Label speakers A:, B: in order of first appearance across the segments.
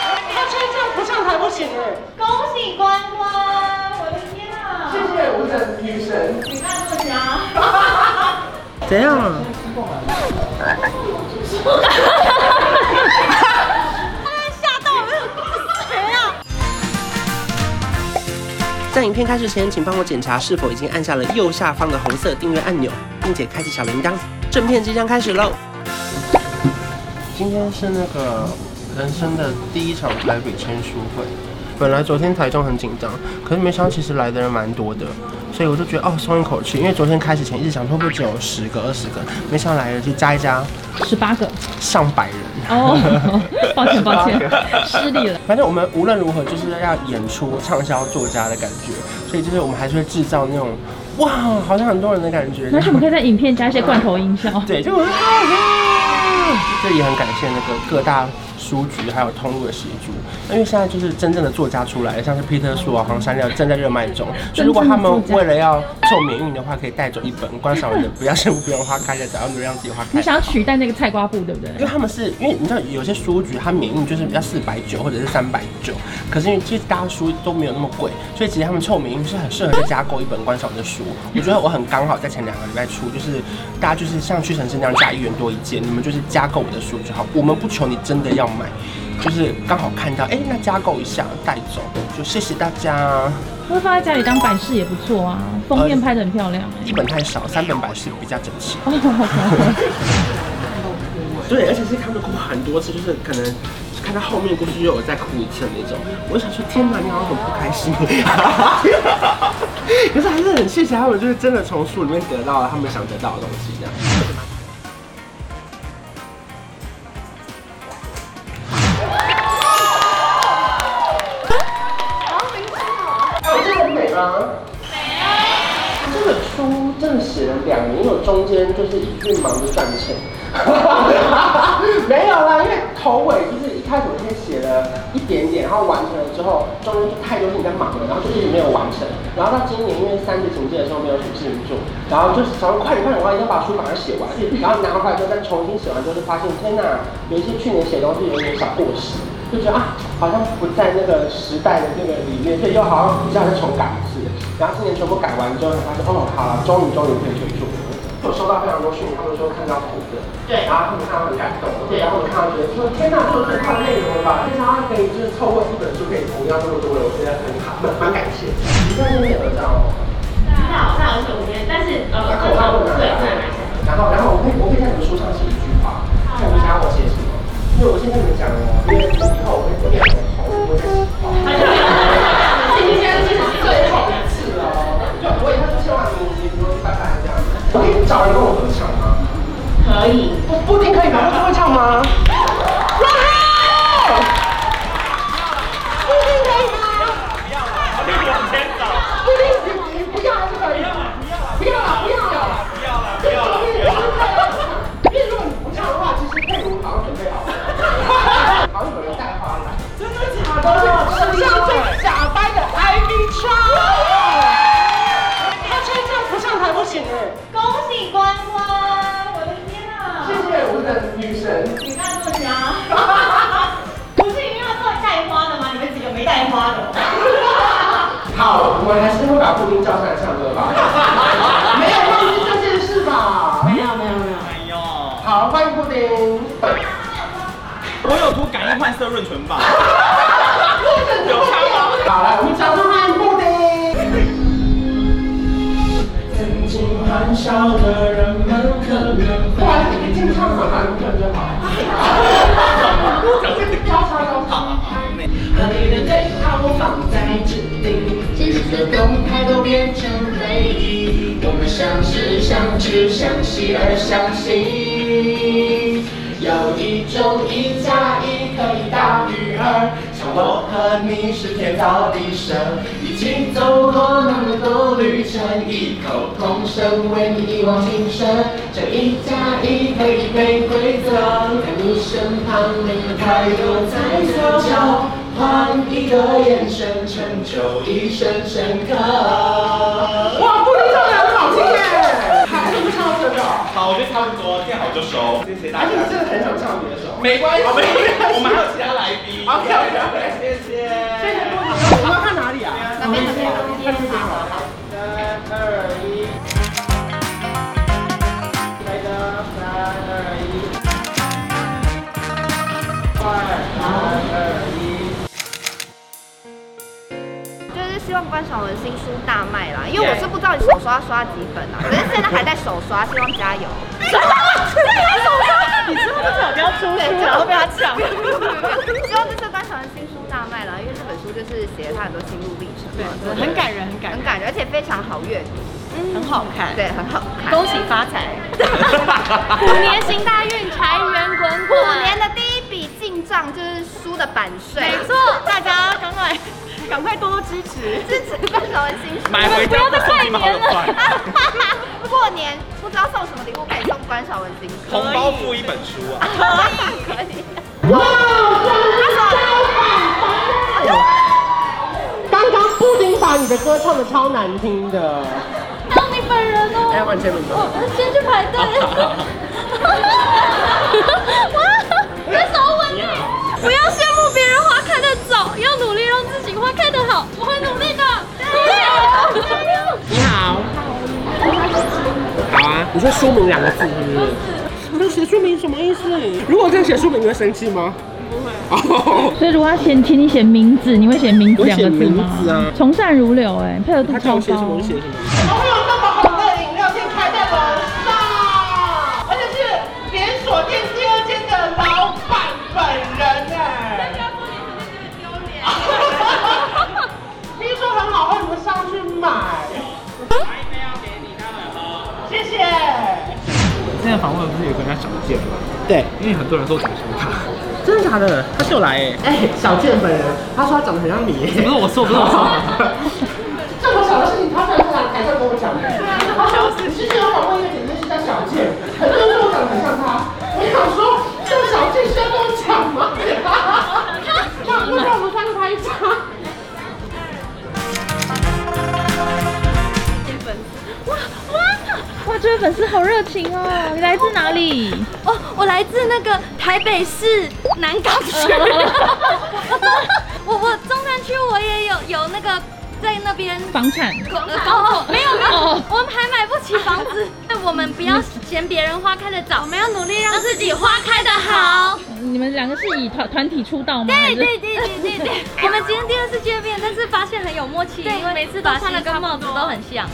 A: 啊
B: 怎 样啊？
C: 吓到我们谁啊？
B: 在影片开始前，请帮我检查是否已经按下了右下方的红色订阅按钮，并且开启小铃铛。正片即将开始喽！今天是那个人生的第一场台北签书会。本来昨天台中很紧张，可是没想到其实来的人蛮多的，所以我就觉得哦松一口气，因为昨天开始前一直想说会不会只有十个、二十个，没想到来了就加一加
C: 十八个
B: 上百人。
C: 哦， 抱歉抱歉，失礼了。
B: 反正我们无论如何就是要演出畅销作家的感觉，所以就是我们还是会制造那种哇，好像很多人的感 觉。
C: 但是我们可以在影片加一些罐头音效。
B: 对， 就这也很感谢那个各大书局还有通路的协助，因为现在就是真正的作家出来，像是 Peter 树啊、黄山料正在热卖中，所以如果他们为了要凑免运的话，可以带走一本观赏人的不要是不用花开的，只要能让自己花开
C: 你。想要取代那个菜瓜布，对不对
B: 因？为他们是因为你知道有些书局它免运就是要四百九或者是三百九，可是因为其实大家书都没有那么贵，所以其实他们凑免运是很适合再加购一本观赏的书。我觉得我很刚好在前两个礼拜出，就是大家就是像屈臣氏那样加一元多一件，你们就是加购我的书就好，我们不求你真的要买，就是刚好看到哎、那加购一下带走，就谢谢大家。
C: 会放在家里当摆饰也不错啊，封面拍得很漂亮。
B: 一本太少，三本百是比较整齐。
C: 哦，好 好
B: 对，而且是看到哭很多次，就是可能看到后面故事又有再哭一次的那种。我就想说，天哪，你好像很不开心。 可是还是很谢谢他们，就是真的从书里面得到了他们想得到的东西，这样。这个书真的写了两年，因为我中间就是一直忙着赚钱，没有啦，因为头尾就是一开始我先写了一点点，然后完成了之后，中间就太多事情在忙了，然后就一直没有完成，然后到今年因为三级警戒的时候没有什么事情做，然后就是想说快点快点，我一定要把书马上写完，然后拿回来之后再重新写完之后就发现，天哪，有一些去年写的东西有点小过时。就觉得啊，好像不在那个时代的那个里面，所以又好像比较再重改一次。然后今年全部改完之后，才发现哦，好了，终于终于可以去做了。我收到非常多讯息，他们说看到图的，对，然后他们看到很感动，对，然后我看到觉得说天哪，这么多的内容吧，没想到可以就是透过一本书可以读到这么多人，我觉得很好，蛮蛮感谢。你在那边有找我？
A: 那我那我手边，但是呃，这
B: 口罩
A: 种
B: 不能
A: 对不能拿
B: 拿
A: 下。。
B: 然后然后我可以我可以在你们书上写一句话，看你想要我写什么，因为我先跟你们讲哦，因为以后我会我两个头，我会再写话。
A: 今天就是最后一次。
B: 是哦，就我以后就千万你你不用拜拜这样子。我可以找人跟我合唱吗？
A: 可以。
B: 不不一定可以吧？他会唱吗？好像有人带花来，真的假的？
A: 史上最假掰的 IV 超。他穿上不上台不行哎。恭喜关关，我的天 啊！
B: 谢谢我们的女神。
A: 女大作家。不是一定要带带花的吗？你们几个没带花的。
B: 好，我们还是会把布丁叫上来唱歌吧。 没有忘记这件事吧？
A: 没有没有没有。
B: 好，欢迎布丁。
D: 我有涂感应换色润 唇吧。
B: 好来，我们掌声欢迎布 丁。
E: 曾经欢笑的人们可能
B: 不然你经常很难看就 好。交叉交叉。
E: 和你的对话我放在指定，真实的动态都变成回忆。我们相识、相知、相惜而相信，有一种一加一可以大于二。像我和你是天造地设，一起走过那么多旅程，异口同声为你一往情深。这一加一可以没规则，在你身旁没有太多猜测，交换一个眼神，成就一生深刻。
B: 哇，布丁唱的很好听耶！还是不唱这个？
D: 好，我觉得差不多，见好就收。谢谢大
B: 而且。
D: 家
B: 你真的很想唱别的首。
D: 没关系，我们我们还有其他来宾。
B: OK OK OK，
D: 谢谢。
B: 我们要看哪里啊？
A: 那边这边这边好。
B: 三二一。
F: 关晓雯新书大卖啦，因为我是不知道你手刷刷几 本啊，可是现在还在手刷，希望加油。
G: 啊
C: 你知不知道不要出
F: 对，
C: 书，然后被他抢？
F: 没有没有没有 希望这次关晓雯新书大卖啦，因为这本书就是写了他很多心路历程嘛，
G: 对，很感人，很感
F: 很
G: 人，
F: 感人，而且非常好阅读，
G: 很好看。
F: 对，很好看。
G: 恭喜发 财！
D: 虎
G: 年行大运，财源滚滚
F: 虎年的第一笔进账就是书的版税，
G: 没错，大家赶快赶快多多支持。
F: 支持关晓雯新书。
D: 买回家不送你们好友快，
F: 过年不知道送什么礼物，可以送关晓雯新书。
D: 红包付一本书啊！
F: 可以，可以。
B: 刚刚布丁把你的歌唱的超难听的，
G: 当你本人 哦，
B: 哎，万千明哥，
G: 我先去排队。哇，这手稳呢！不要羡慕别人花开的早，要努力让自己花开的好。我会努力的，努力。
B: 你好。好啊，你说书名两个字是不是？那写书名什么意思？如果这样写书名，你会生气吗？不会。哦，
C: 所以如果他写，请你写名字，你会写名字
B: 我
C: 两
B: 写
C: 个字
B: 名
C: 吗？
B: 字啊
C: 从善如流，哎，配合度
B: 他叫
C: 超
B: 我写什么
C: 高
B: 我就。写什么。
A: 怎么会有那么好的饮料店开在楼上？而且是连锁店第二间的老板本人哎、
B: 听说很好喝，你们上去买。
A: 谢谢。
D: 之前访问不是有跟他小见吗？
B: 对，
D: 因为很多人都想说 他，
B: 真的假的？
D: 他就来哎，
B: 哎、小健本人，他说他长得很像你耶。
D: 不是我说，不是我说。
B: 这么小的事情，他居然在台上跟我讲。
A: 啊
B: 他说你之前有访问一个姐姐是叫小健，很多人说我长得很像她。我想说，这个小健是要跟我讲吗？那不然我们三个拍一张。
C: 哇，这位粉丝好热情哦！你来自哪里？
G: 哦，我来自那个台北市南港 区，我我中山区我也有有那个在那边
C: 房产。
G: 广告，没有没有，我们还买不起房子，我们不要嫌别人花开的早，我们要努力让自己花开的好。
C: 你们两个是以团团体出道吗？还
G: 对
C: 是
G: 对对对对对，我们今天第二次见面，但是发现很有默契，因为每次都穿的跟帽子都很像。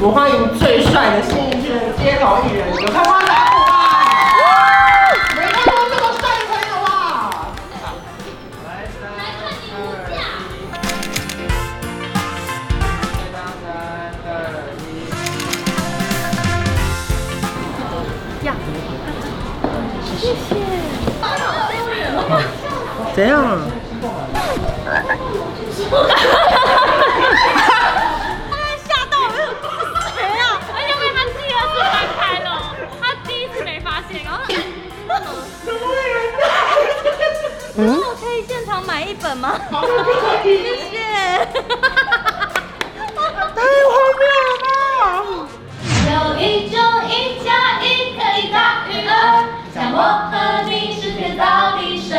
B: 我们欢迎最帅的新一区的街头艺人，有看过来啊？没看过这么帅的朋友吧？怎样？
G: 吓到我，谁啊？而且被他第二次翻开了，他第一次没发现，然后他。嗯，我可以现场买一本吗？谢谢。
H: 有一种一加一可以大于二，像我和你是天造地设，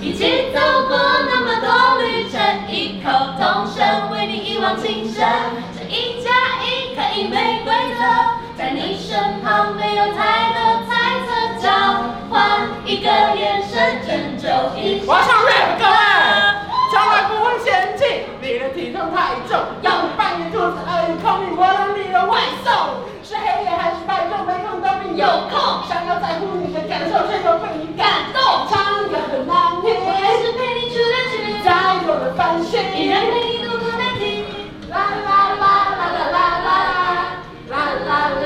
H: 一起走过那么多旅程，异口同声为你一往情深。这一加一可以没规则，在你身旁没有太多猜测，交换一个眼神，拯救一
B: 我要
H: 生。
B: 唱 rap，各位，从来不会嫌弃你的体重太重，要你扮演兔子、鳄鱼、空运，我当你的外送。是黑夜还是白昼，没空都比有空。想要在乎你的感受，却又被你感动，唱歌很难听，
H: 我还是陪你去了去，
B: 加油的翻身。
H: 依然陪你度过难题。啦啦啦啦啦啦啦。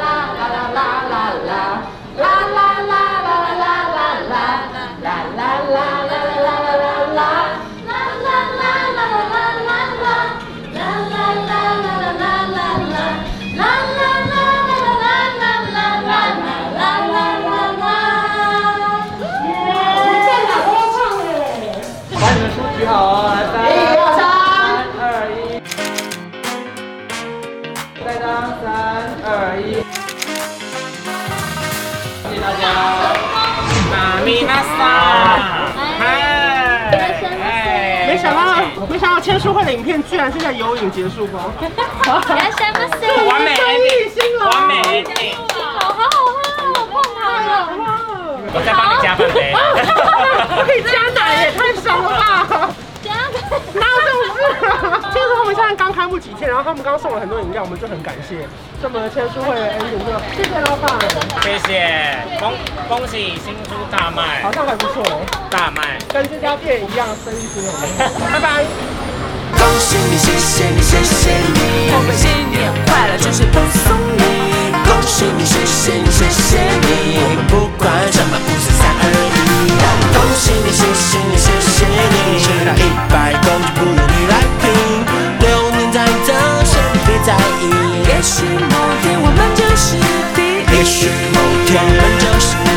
D: 玛丽娜桑，哎嗨，
B: 没想到，没想到签书会的影片居然是在游泳结束吗？
G: いらっしゃいませ。
B: 哎
D: 完美 ending，完美 ending。
G: 好好好喝，好棒太好了！
A: 我再帮你加半杯。
B: 不 可以加奶也太爽了吧！
G: 加
B: 哪有这种事？就是我们现在刚开幕几天，然后他们刚送了很多饮料，我们就很感谢。这么签书会哎恩典就谢谢老板，
A: 谢谢，恭恭喜新书大卖
B: 好，像还不错，
A: 大卖。
B: 跟这家店一样生意兴隆。拜拜。
I: 恭喜你，谢谢你，谢谢你，我们新年快乐，真是恭送你。恭喜你，谢谢你，谢谢你，我们不管什么，不是三二一。恭喜你，谢谢你，谢谢你，吃到一百公斤不用你来拼。流年在走，先别在意。也许某天我们就是第一，也许某天我们就是第一。